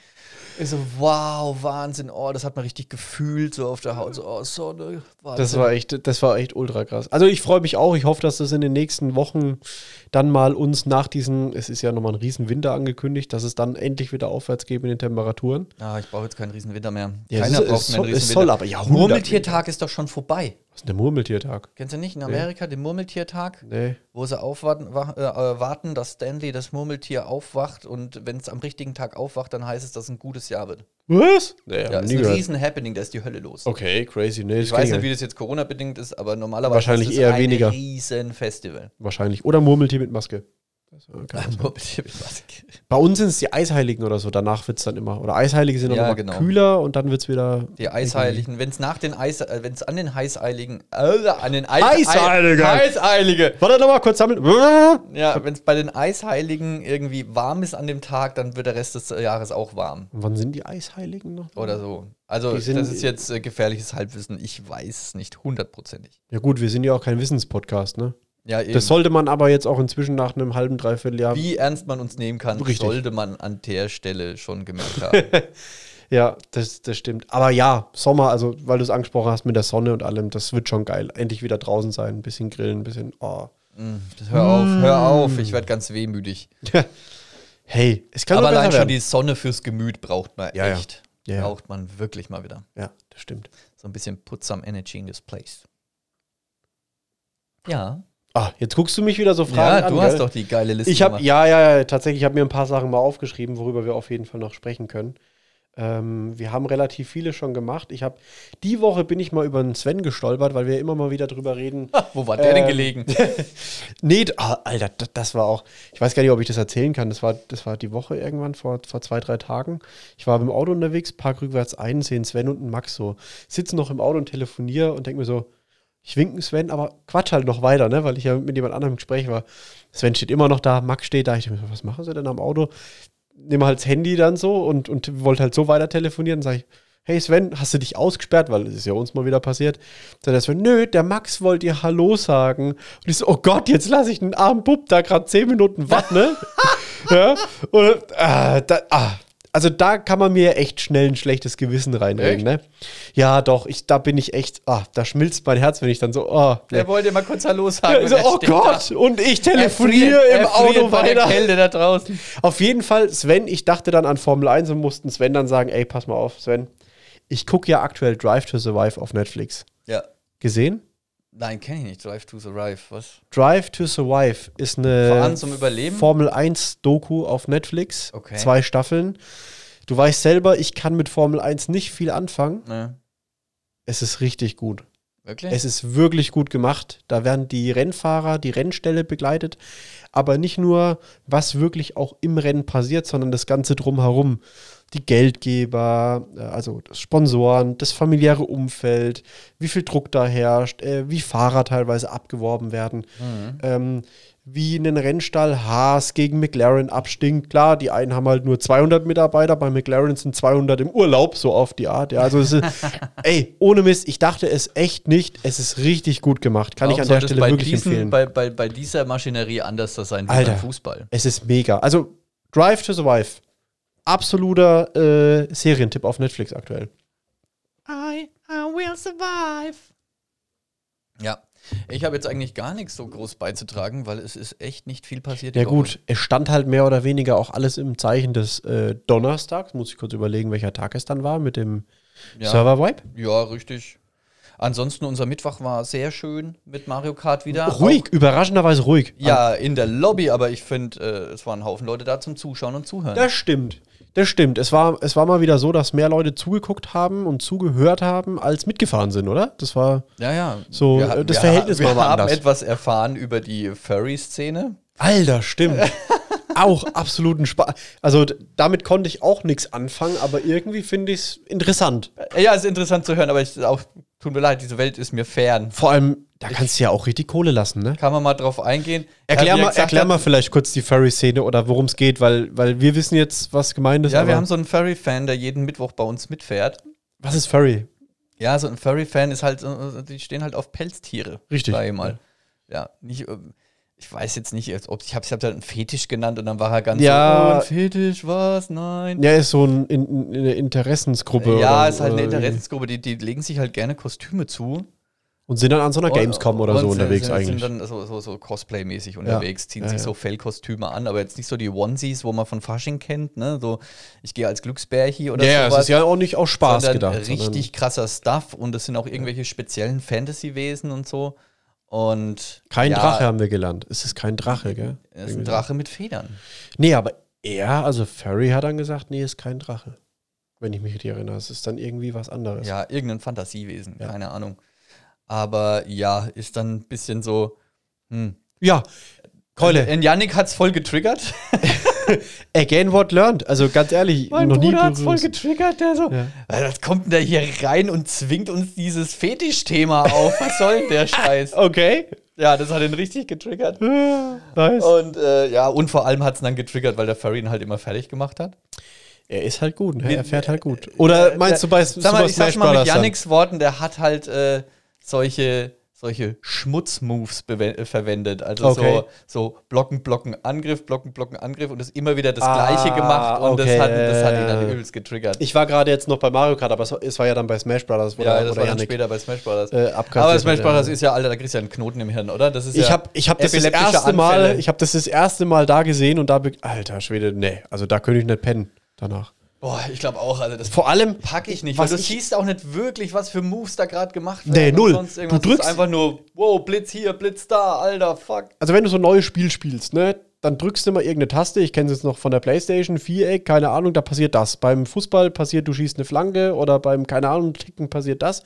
A: Ich so, wow, Wahnsinn, oh, das hat man richtig gefühlt, so auf der Haut, so, oh, Sonne, Wahnsinn.
B: Das war echt, das war echt ultra krass. Also ich freue mich auch. Ich hoffe, dass das in den nächsten Wochen dann mal uns nach diesen, es ist ja nochmal ein riesen Winter angekündigt, dass es dann endlich wieder aufwärts geht in den Temperaturen.
A: ah, ich brauche jetzt keinen Riesenwinter mehr.
B: Ja, es
A: Keiner
B: ist- es
A: braucht mehr
B: soll-
A: einen
B: es
A: Riesenwinter.
B: soll aber ja, 100
A: Murmeltiertag ist doch schon vorbei.
B: Was ist denn der Murmeltiertag?
A: Kennst du nicht? In Amerika, den Murmeltiertag?
B: Nee.
A: wo sie aufwarten, wa- äh, äh, warten, dass Stanley das Murmeltier aufwacht und wenn es am richtigen Tag aufwacht, dann heißt es, dass es ein gutes Jahr wird.
B: Was? Nee,
A: Ja,
B: hab
A: ist
B: nie
A: ein
B: gehört.
A: Riesen-Happening, da ist die Hölle los.
B: Okay, crazy. Nee, das
A: Ich weiß
B: kenn
A: nicht,
B: ich
A: wie
B: nicht.
A: das jetzt Corona-bedingt ist, aber normalerweise
B: Wahrscheinlich
A: ist es
B: eher
A: ein
B: weniger.
A: Riesen-Festival. Also,
B: Wahrscheinlich. Oder Murmeltier mit Maske. Das- okay.
A: Murmeltier mit Maske.
B: Bei uns sind es die Eisheiligen oder so. Danach wird es dann immer. Oder Eisheilige sind dann
A: Ja,
B: nochmal
A: genau.
B: kühler und dann wird es wieder.
A: Die Eisheiligen, wenn es nach den Eis, äh, wenn es an den Heißeiligen, äh, an den Eis,
B: Eisheiligen!
A: Heißeilige.
B: Warte nochmal kurz sammeln.
A: Ja, wenn es bei den Eisheiligen irgendwie warm ist an dem Tag, dann wird der Rest des Jahres auch warm.
B: Und wann sind die Eisheiligen noch?
A: Oder so. Also,
B: Die sind-
A: das ist jetzt äh, gefährliches Halbwissen. Ich weiß es nicht hundertprozentig.
B: Ja, gut, wir sind ja auch kein Wissenspodcast, ne?
A: Ja, eben.
B: Das sollte man aber jetzt auch inzwischen nach einem halben, dreiviertel Jahr.
A: Wie ernst man uns nehmen kann,
B: Richtig.
A: sollte man an der Stelle schon gemerkt haben.
B: Ja, das, das stimmt. Aber ja, Sommer, also weil du es angesprochen hast mit der Sonne und allem, das wird schon geil. Endlich wieder draußen sein, ein bisschen grillen, ein bisschen. Oh.
A: Mm, das- hör auf, hör auf, ich werde ganz wehmütig.
B: Hey, es kann
A: Aber
B: nur besser
A: allein schon
B: werden.
A: die Sonne fürs Gemüt braucht man
B: Ja, ja.
A: echt.
B: Ja, ja.
A: Braucht man wirklich mal wieder.
B: Ja, das stimmt.
A: So ein bisschen put some energy in this place. Ja,
B: Ah, jetzt guckst du mich wieder so
A: ja
B: fragen an.
A: du hast
B: gell?
A: doch die geile Liste
B: Ich habe
A: gemacht.
B: ja, ja, ja, tatsächlich, ich habe mir ein paar Sachen mal aufgeschrieben, worüber wir auf jeden Fall noch sprechen können. Ähm, wir haben relativ viele schon gemacht. Ich habe die Woche bin ich mal über den Sven gestolpert, weil wir immer mal wieder drüber reden.
A: Wo war der denn
B: Ähm,
A: gelegen?
B: nee, d- ah, Alter, d- das war auch. Ich weiß gar nicht, ob ich das erzählen kann. Das war, das war die Woche irgendwann vor, vor zwei, drei Tagen. Ich war mit dem Auto unterwegs, park rückwärts ein, sehen Sven und einen Max so. Sitzen noch im Auto und telefoniere und denke mir so, ich winken Sven, aber quatsch halt noch weiter, ne? weil ich ja mit jemand anderem im Gespräch war. Sven steht immer noch da, Max steht da. Ich denke mir so, was machen sie denn am Auto? Nimm halt das Handy dann so und, und wollte halt so weiter telefonieren. Dann sage ich, hey Sven, hast du dich ausgesperrt? Weil es ist ja uns mal wieder passiert. Dann sagt der Sven, nö, der Max wollte dir Hallo sagen. Und ich so, oh Gott, jetzt lasse ich den armen Bub da gerade zehn Minuten warten, ne? ja? Und, ah, da, ah. Also da kann man mir echt schnell ein schlechtes Gewissen reinreden, ne? Ja, doch, ich, da bin ich echt, ah, da schmilzt mein Herz, wenn ich dann so, oh,
A: Der
B: ne.
A: wollte mal kurz Hallo sagen.
B: Ich so,
A: und er
B: oh
A: steht da.
B: Gott, und ich
A: Er
B: telefoniere
A: friert-
B: im
A: er friert
B: Auto
A: bei
B: weiter.
A: Der Kälte da draußen.
B: Auf jeden Fall, Sven, ich dachte dann an Formel 1 und mussten Sven dann sagen, ey, pass mal auf, Sven, ich gucke ja aktuell Drive to Survive auf Netflix.
A: Ja.
B: Gesehen?
A: Nein, kenne ich nicht. Drive to Survive, was?
B: Drive to Survive ist eine
A: Voran zum Überleben?
B: Formel 1 Doku auf Netflix.
A: Okay.
B: Zwei Staffeln. Du weißt selber, ich kann mit Formel 1 nicht viel anfangen.
A: Ne.
B: Es ist richtig gut.
A: Wirklich?
B: Es ist wirklich gut gemacht. Da werden die Rennfahrer, die Rennstelle begleitet. Aber nicht nur, was wirklich auch im Rennen passiert, sondern das Ganze drumherum. Die Geldgeber, äh, also das Sponsoren, das familiäre Umfeld, wie viel Druck da herrscht, äh, wie Fahrer teilweise abgeworben werden,
A: Mhm.
B: ähm, wie ein Rennstall Haas gegen McLaren abstinkt. Klar, die einen haben halt nur 200 Mitarbeiter, bei McLaren sind 200 im Urlaub, so auf die Art. Ja, also es ist, ey, ohne Mist, ich dachte es echt nicht. Es ist richtig gut gemacht. Kann
A: Warum
B: ich an der
A: sollte es
B: Stelle
A: bei
B: wirklich
A: diesen,
B: empfehlen.
A: Bei, bei, bei dieser Maschinerie anders das sein wie
B: Alter.
A: beim Fußball.
B: Es ist mega. Also Drive to Survive. Absoluter äh, Serientipp auf Netflix aktuell.
A: I, will survive. Ja. Ich habe jetzt eigentlich gar nichts so groß beizutragen, weil es ist echt nicht viel passiert. die
B: Ja
A: Woche.
B: gut, es stand halt mehr oder weniger auch alles im Zeichen des äh, Donnerstags. Muss ich kurz überlegen, welcher Tag es dann war mit dem
A: Ja.
B: Server-Wipe.
A: Ja, richtig. Ansonsten, unser Mittwoch war sehr schön mit Mario Kart wieder.
B: Oh, ruhig, überraschenderweise ruhig.
A: Auch, ja, in der Lobby, aber ich finde, äh, es waren ein Haufen Leute da zum Zuschauen und Zuhören.
B: Das stimmt. Das stimmt. Es war, es war mal wieder so, dass mehr Leute zugeguckt haben und zugehört haben, als mitgefahren sind, oder? Das war.
A: ja, ja.
B: So,
A: wir, ha-
B: äh, das
A: wir,
B: Verhältnis
A: ha-
B: war
A: wir
B: mal
A: haben
B: anders.
A: etwas erfahren über die Furry-Szene.
B: Alter, stimmt. auch absoluten Spaß. Also d- damit konnte ich auch nichts anfangen, aber irgendwie finde ich es interessant.
A: Äh, Ja, ist interessant zu hören, aber ich, auch, tut mir leid, diese Welt ist mir fern.
B: Vor allem, da kannst du ja auch richtig Kohle lassen, ne?
A: Kann man mal drauf eingehen?
B: Erklär,
A: Ja, wie er
B: mal,
A: gesagt
B: erklär
A: hat,
B: mal vielleicht kurz die Furry-Szene oder worum es geht, weil, weil wir wissen jetzt, was gemeint ist.
A: Ja, wir
B: aber
A: haben so einen Furry-Fan, der jeden Mittwoch bei uns mitfährt.
B: was ist Furry?
A: Ja, so ein Furry-Fan ist halt, äh, die stehen halt auf Pelztiere.
B: Richtig.
A: Sag ich mal. Ja, nicht, ähm, ich weiß jetzt nicht, als ob ich hab's, ich hab's halt einen Fetisch genannt und dann war er ganz
B: Ja.
A: so, oh, ein Fetisch, was? Nein.
B: Ja, ist so ein, in, in, eine Interessensgruppe.
A: Ja,
B: oder- äh,
A: ist halt eine
B: oder irgendwie.
A: Interessensgruppe, die, die legen sich halt gerne Kostüme zu.
B: Und sind dann an so einer Gamescom oder
A: Und-
B: so
A: und
B: unterwegs
A: sind, Sind
B: eigentlich.
A: dann so, so, so Cosplay-mäßig unterwegs, ziehen
B: Ja,
A: sich
B: ja.
A: so Fellkostüme an, aber jetzt nicht so die Onesies, wo man von Fasching kennt, ne? So, ich gehe als Glücksbärchi oder
B: Ja, ja, es
A: sowas.
B: ist ja auch nicht auf Spaß
A: sondern
B: gedacht. sondern-
A: Richtig krasser Stuff und es sind auch irgendwelche speziellen Fantasy-Wesen und so. Und
B: Kein
A: ja,
B: Drache haben wir gelernt. Es ist kein Drache, gell?
A: Es ist ein Drache mit Federn.
B: Nee, aber er, also Ferry hat dann gesagt, nee, ist kein Drache. Wenn ich mich richtig erinnere, es ist dann irgendwie was anderes.
A: Ja, irgendein Fantasiewesen,
B: Ja.
A: keine Ahnung. Aber ja, ist dann ein bisschen so. Hm.
B: ja. Keule,
A: Und Yannick hat's voll getriggert.
B: again what learned. Also ganz ehrlich, noch nie berührt.
A: getriggert, der so.
B: Ja.
A: Was kommt denn da hier rein und zwingt uns dieses Fetischthema auf? Was soll denn der Scheiß?
B: Okay.
A: Ja, das hat ihn richtig getriggert.
B: Ah, Nice.
A: Und äh, ja, und vor allem hat's ihn dann getriggert, weil der Ferry ihn halt immer fertig gemacht hat.
B: Er ist halt gut, ne?
A: Wir- Äh,
B: er fährt halt gut. Oder meinst du bei
A: Sag mal,
B: Super
A: ich sag's
B: Smash
A: mal mit
B: Brothers? dann?
A: Yannicks Worten, der hat halt äh, solche, solche Schmutzmoves bewe- äh, verwendet. Also
B: Okay.
A: so, so Blocken, Blocken, Angriff, Blocken, Blocken, Angriff und ist immer wieder das
B: Ah,
A: Gleiche gemacht und
B: okay,
A: das, hat, das hat ihn
B: ja,
A: dann
B: ja.
A: übelst getriggert.
B: Ich war gerade jetzt noch bei Mario Kart, aber es war- es war ja dann bei Smash Brothers, wo
A: ja, das
B: der- wo
A: war
B: der
A: dann
B: Yannick-
A: später bei Smash Brothers.
B: äh, abkassiert
A: Aber
B: hat,
A: Smash
B: ja.
A: Brothers ist ja, Alter, da kriegst du ja einen Knoten im Hirn, oder? Das ist
B: Ich
A: ja
B: habe ich hab das, das
A: epileptische
B: erste Mal,
A: Anfälle.
B: ich habe das das erste Mal da gesehen und da be- Alter Schwede, nee, also da könnte ich nicht pennen danach.
A: Boah, ich glaube auch, also das
B: Vor allem
A: pack ich nicht,
B: was
A: weil du
B: ich-
A: siehst auch nicht wirklich, was für Moves da gerade gemacht
B: Nee,
A: werden. und
B: null.
A: Sonst
B: Du
A: irgendwas. Es ist
B: drückst-
A: einfach nur, wow, Blitz hier, Blitz da, Alter, fuck.
B: also wenn du so ein neues Spiel spielst, ne, dann drückst du mal irgendeine Taste. Ich kenne es jetzt noch von der Playstation, Viereck, keine Ahnung, da passiert das. Beim Fußball passiert, du schießt eine Flanke oder beim, keine Ahnung, Ticken passiert das.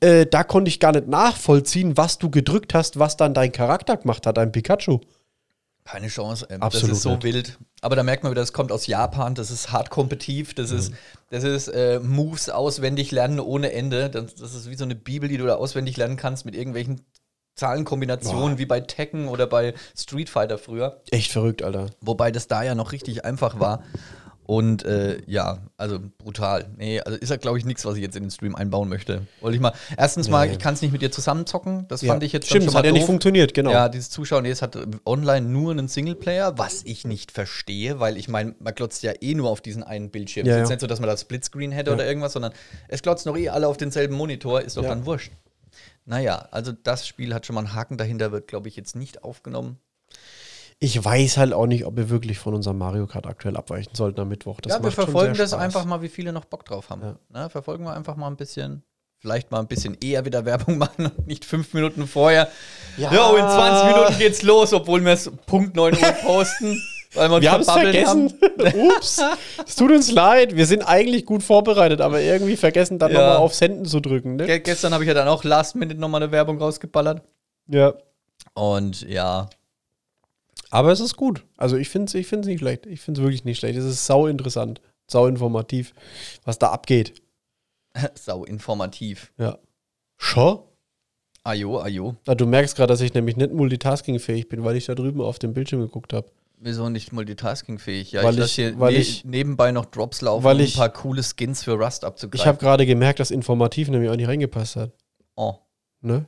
B: Äh, da konnte ich gar nicht nachvollziehen, was du gedrückt hast, was dann dein Charakter gemacht hat, dein Pikachu.
A: Keine Chance. Ähm,
B: Absolut
A: das ist so
B: nicht.
A: wild. Aber da merkt man wieder, das kommt aus Japan, das ist hart kompetitiv, das
B: Mhm.
A: ist, das ist äh, Moves auswendig lernen ohne Ende. Das, das ist wie so eine Bibel, die du da auswendig lernen kannst mit irgendwelchen Zahlenkombinationen, wie bei Tekken oder bei Street Fighter früher.
B: Echt verrückt, Alter.
A: Wobei das da ja noch richtig einfach war. Und äh, ja, also brutal. Nee, also ist ja, glaube ich, nichts, was ich jetzt in den Stream einbauen möchte. Wollte ich mal. Erstens mal, ich kann es nicht mit dir zusammenzocken. Das fand ich jetzt dann
B: Stimmt, das hat ja nicht
A: doof.
B: funktioniert, genau.
A: Ja, dieses Zuschauen, nee, es hat äh, online nur einen Singleplayer, was ich nicht verstehe, weil ich meine, man glotzt ja eh nur auf diesen einen Bildschirm.
B: Ja,
A: es ist
B: ja.
A: nicht so, dass man da Splitscreen hätte oder irgendwas, sondern es glotzen doch eh alle auf denselben Monitor, ist doch
B: Ja.
A: dann wurscht. Naja, also das Spiel hat schon mal einen Haken dahinter, wird, glaube ich, jetzt nicht aufgenommen.
B: Ich weiß halt auch nicht, ob wir wirklich von unserem Mario Kart aktuell abweichen sollten am Mittwoch. Das
A: ja, wir
B: macht schon
A: verfolgen
B: sehr
A: das
B: Spaß.
A: einfach mal, wie viele noch Bock drauf haben.
B: Ja.
A: Ne, verfolgen wir einfach mal ein bisschen. vielleicht mal ein bisschen eher wieder Werbung machen und nicht fünf Minuten vorher. Ja, jo, in 20 Minuten geht's los, obwohl wir es Punkt 9 Uhr posten. Weil wir, uns
B: Wir haben es
A: verbabbelt
B: vergessen. Ups. Es tut uns leid. Wir sind eigentlich gut vorbereitet, aber irgendwie vergessen, dann
A: Ja.
B: nochmal auf Senden zu drücken. Ne?
A: Ge gestern habe ich ja dann auch Last Minute nochmal eine Werbung rausgeballert.
B: Ja.
A: Und ja,
B: Aber es ist gut. Also ich finde es ich find's nicht schlecht. Ich finde es wirklich nicht schlecht. Es ist sau interessant, sau informativ, was da abgeht.
A: sau informativ.
B: Ja. Schon?
A: Ajo, ajo.
B: Na, du merkst gerade, dass ich nämlich nicht multitaskingfähig bin, weil ich da drüben auf dem Bildschirm geguckt habe.
A: Wieso nicht multitaskingfähig? Ja,
B: Weil
A: lass
B: ich-
A: hier
B: weil
A: ne
B: ich-
A: nebenbei noch Drops laufen,
B: weil
A: um
B: ich-
A: ein paar coole Skins für Rust abzugreifen.
B: Ich habe gerade gemerkt, dass informativ nämlich auch nicht reingepasst hat.
A: oh.
B: Ne?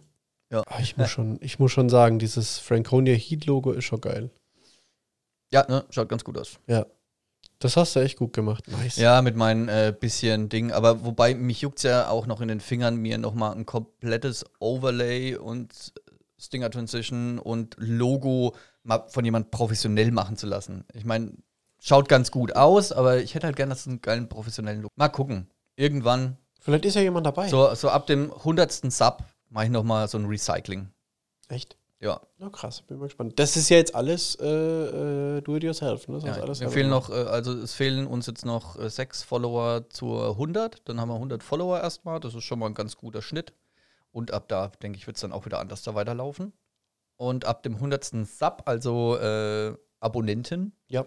A: Ja.
B: Aber ich, muss schon, ich muss schon sagen, dieses Franconia Heat-Logo ist schon geil.
A: ja, ne, schaut ganz gut aus.
B: Ja. Das hast du echt gut gemacht. Nice.
A: Ja, mit meinen äh, bisschen Ding, aber wobei mich juckt's ja auch noch in den Fingern, mir nochmal ein komplettes Overlay und äh, Stinger Transition und Logo mal von jemand professionell machen zu lassen. Ich meine, schaut ganz gut aus, aber ich hätte halt gerne dass es einen geilen professionellen Look. Mal gucken. Irgendwann,
B: Vielleicht ist ja jemand dabei.
A: so, so ab dem 100. Sub, mache ich nochmal so ein Recycling.
B: Echt?
A: Ja,
B: Na krass, bin mal gespannt. Das ist ja jetzt alles äh, äh, do-it-yourself, ne? Das
A: ja
B: hast du alles
A: wir
B: selber
A: fehlen
B: gemacht.
A: noch, äh, also es fehlen uns jetzt noch äh, sechs Follower zur 100. Dann haben wir 100 Follower erstmal. Das ist schon mal ein ganz guter Schnitt. Und ab da, denke ich, wird es dann auch wieder anders da weiterlaufen. Und ab dem 100. Sub, also äh, Abonnenten,
B: Ja.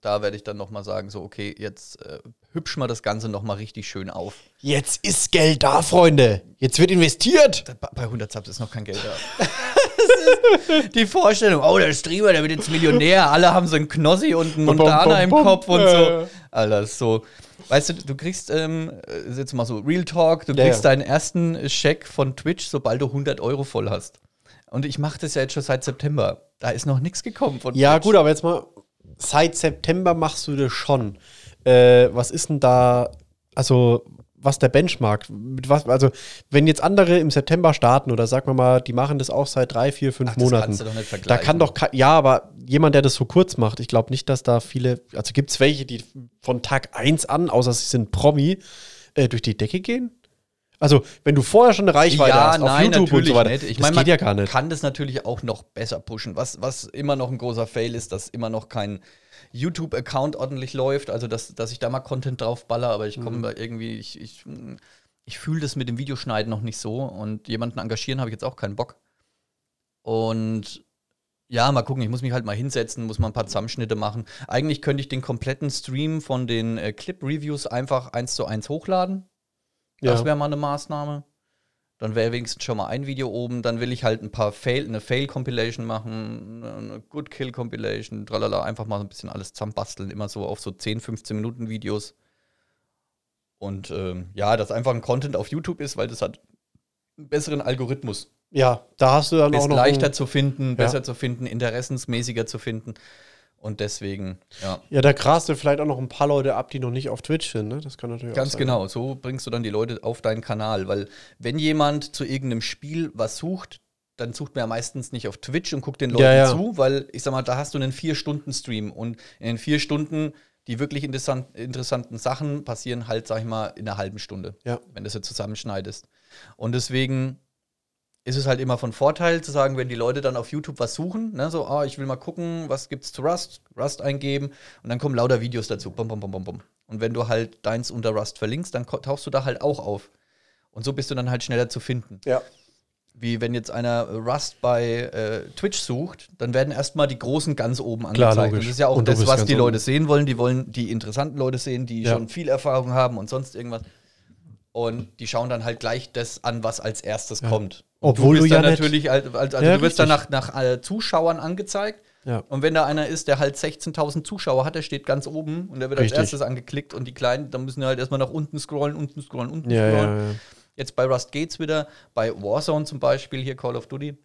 A: da werde ich dann nochmal sagen, so, okay, jetzt äh, hübsch mal das Ganze nochmal richtig schön auf.
B: Jetzt ist Geld da, Freunde. Jetzt wird investiert.
A: Da- Bei 100 Subs ist noch kein Geld da. Das ist Die Vorstellung, oh, der Streamer, der wird jetzt Millionär, alle haben so einen Knossi und einen
B: Bum, bum,
A: Montana im
B: bum,
A: Kopf und
B: ja,
A: so.
B: ja.
A: Alter, ist so. Weißt du, du kriegst, ähm, äh, jetzt mal so Real Talk, du
B: Ja,
A: kriegst
B: ja.
A: deinen ersten Scheck von Twitch, sobald du 100 Euro voll hast. Und ich mache das ja jetzt schon seit September. Da ist noch nichts gekommen von
B: Ja,
A: Twitch.
B: gut, aber jetzt mal, seit September machst du das schon. Äh, was ist denn da, also, was der Benchmark? Mit was, also, wenn jetzt andere im September starten oder sagen wir mal, die machen das auch seit drei, vier, fünf
A: Ach, das
B: Monaten.
A: kannst du doch nicht
B: da
A: vergleichen.
B: kann doch, ke- ja, aber jemand, der das so kurz macht, ich glaube nicht, dass da viele, also gibt es welche, die von Tag 1 an, außer sie sind Promi, äh, durch die Decke gehen? Also, wenn du vorher schon eine Reichweite
A: ja,
B: hast, auf
A: nein,
B: YouTube und
A: natürlich
B: so weiter,
A: nicht. Ich
B: das
A: meine, man
B: geht ja gar nicht.
A: kann das natürlich auch noch besser pushen. Was, was immer noch ein großer Fail ist, dass immer noch kein YouTube-Account ordentlich läuft. Also, dass, dass ich da mal Content draufballer, aber ich
B: Mhm.
A: komme da irgendwie, ich, ich, ich fühle das mit dem Videoschneiden noch nicht so. Und jemanden engagieren habe ich jetzt auch keinen Bock. Und ja, mal gucken, ich muss mich halt mal hinsetzen, muss mal ein paar Zusammenschnitte machen. Eigentlich könnte ich den kompletten Stream von den äh, Clip-Reviews einfach eins zu eins hochladen. Das wäre mal eine Maßnahme. Dann wäre wenigstens schon mal ein Video oben. Dann will ich halt ein paar Fail, eine Fail-Compilation machen, eine Good Kill-Compilation, tralala, einfach mal so ein bisschen alles zusammenbasteln, immer so auf so 10, 15 Minuten Videos. Und ähm, ja, dass einfach ein Content auf YouTube ist, weil das hat einen besseren Algorithmus.
B: ja, da hast du dann auch
A: Ist
B: noch
A: leichter
B: ein-
A: zu finden, besser zu finden, interessensmäßiger zu finden. Und deswegen, ja.
B: Ja, da grast du vielleicht auch noch ein paar Leute ab, die noch nicht auf Twitch sind, ne? Das kann natürlich auch
A: Ganz
B: sein.
A: genau, so bringst du dann die Leute auf deinen Kanal, weil wenn jemand zu irgendeinem Spiel was sucht, dann sucht man ja meistens nicht auf Twitch und guckt den Leuten
B: Ja, ja.
A: zu, weil ich sag mal, da hast du einen Vier-Stunden-Stream und in den vier Stunden die wirklich interessant, interessanten Sachen passieren halt, sag ich mal, in einer halben Stunde,
B: Ja.
A: wenn du sie zusammenschneidest. Und deswegen ist es halt immer von Vorteil zu sagen, wenn die Leute dann auf YouTube was suchen, ne, so, ah, ich will mal gucken, was gibt's zu Rust, Rust eingeben und dann kommen lauter Videos dazu, bum, bum, bum, bum, bum. Und wenn du halt deins unter Rust verlinkst, dann ko- tauchst du da halt auch auf. Und so bist du dann halt schneller zu finden.
B: Ja.
A: Wie wenn jetzt einer Rust bei äh, Twitch sucht, dann werden erstmal die Großen ganz oben
B: Klar,
A: angezeigt.
B: logisch.
A: Und das ist ja auch
B: Und du
A: das,
B: bist
A: was
B: ganz
A: die
B: oben.
A: Leute sehen wollen. Die wollen die interessanten Leute sehen, die
B: Ja.
A: schon viel Erfahrung haben und sonst irgendwas. Und die schauen dann halt gleich das an, was als erstes kommt. Und
B: Obwohl du
A: bist
B: ja
A: dann
B: nicht-
A: natürlich, als- als- also
B: Ja,
A: du wirst dann nach,
B: richtig.
A: nach äh, Zuschauern angezeigt.
B: Ja.
A: Und wenn da einer ist, der halt 16.000 Zuschauer hat, der steht ganz oben und der wird
B: Richtig.
A: als erstes angeklickt und die Kleinen, dann müssen die halt erstmal nach unten scrollen, unten scrollen, unten
B: Ja,
A: scrollen.
B: ja, ja.
A: Jetzt bei Rust geht's wieder, bei Warzone zum Beispiel, hier Call of Duty.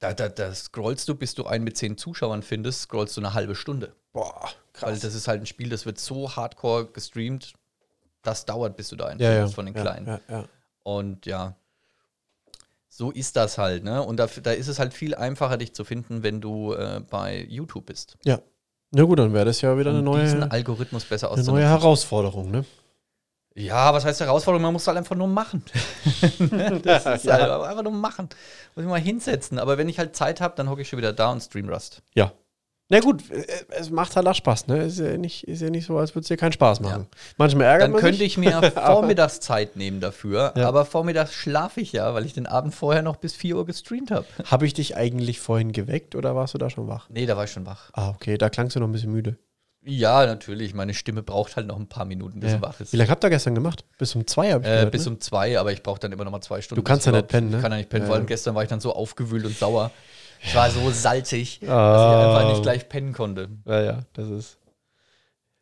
A: Da, da, da scrollst du, bis du einen mit zehn Zuschauern findest, scrollst du eine halbe Stunde.
B: Boah,
A: Weil das ist halt ein Spiel, das wird so hardcore gestreamt, das dauert, bis du da einen
B: Ja, ja.
A: findest von den Kleinen.
B: Ja, ja, ja.
A: Und ja, so ist das halt, ne? Und da, da ist es halt viel einfacher, dich zu finden, wenn du äh, bei YouTube bist.
B: ja. Na gut, dann wäre das ja wieder eine
A: Um diesen
B: neue,
A: Algorithmus besser
B: eine neue
A: auszunutzen.
B: Herausforderung, ne?
A: Ja, was heißt Herausforderung? Man muss halt einfach nur machen. das ist
B: Ja.
A: halt einfach nur machen. Muss ich mal hinsetzen. Aber wenn ich halt Zeit habe, dann hocke ich schon wieder da und stream Rust.
B: Ja. Na gut, äh, es macht halt auch Spaß, ne? Ist ja nicht, ist ja nicht so, als würde es dir keinen Spaß machen. Manchmal ärgert
A: Dann
B: man
A: könnte
B: sich.
A: ich mir vormittags Zeit nehmen dafür.
B: Ja.
A: Aber vormittags schlafe ich ja, weil ich den Abend vorher noch bis 4 Uhr gestreamt habe.
B: Habe ich dich eigentlich vorhin geweckt oder warst du da schon wach?
A: Nee, da war ich schon wach.
B: Ah, okay, da klangst du noch ein bisschen müde.
A: Ja, natürlich. Meine Stimme braucht halt noch ein paar Minuten, bis sie
B: Ja.
A: wach ist.
B: Wie lange habt ihr gestern gemacht? Bis um zwei habe ich
A: Äh,
B: gehört,
A: bis
B: ne?
A: um zwei, aber ich brauche dann immer noch mal zwei Stunden.
B: Du kannst
A: bis ich
B: ja
A: überhaupt-
B: nicht pennen, ne?
A: Ich kann ja nicht pennen.
B: Ja,
A: Vor allem
B: ja.
A: gestern war ich dann so aufgewühlt und sauer. Ich war so salzig, dass ich
B: Ah.
A: einfach nicht gleich pennen konnte.
B: Ja, ja, das ist.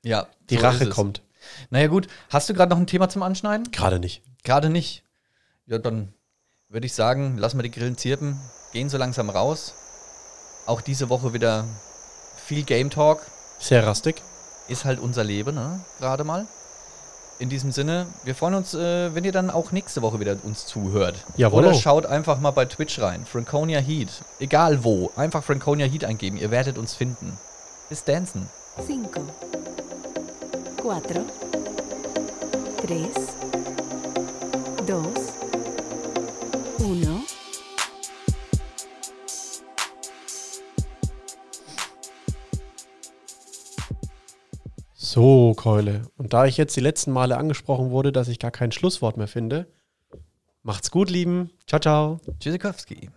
A: Ja.
B: Die
A: so ist
B: Rache
A: es.
B: kommt.
A: Naja, gut. Hast du gerade noch ein Thema zum Anschneiden?
B: Gerade nicht.
A: Gerade nicht. Ja, dann würde ich sagen, lassen wir die Grillen zirpen, gehen so langsam raus. Auch diese Woche wieder viel Game Talk.
B: Sehr rastig.
A: Ist halt unser Leben, ne? Gerade mal. In diesem Sinne, wir freuen uns, äh, wenn ihr dann auch nächste Woche wieder uns zuhört.
B: Jawollo.
A: Oder schaut einfach mal bei Twitch rein. Franconia Heat. Egal wo. Einfach Franconia Heat eingeben. Ihr werdet uns finden. Bis dancen.
C: 5, 4, 3, 2, 1.
B: So, Keule. Und da ich jetzt die letzten Male angesprochen wurde, dass ich gar kein Schlusswort mehr finde, macht's gut, Lieben. Ciao, ciao.
A: Tschüssikowski.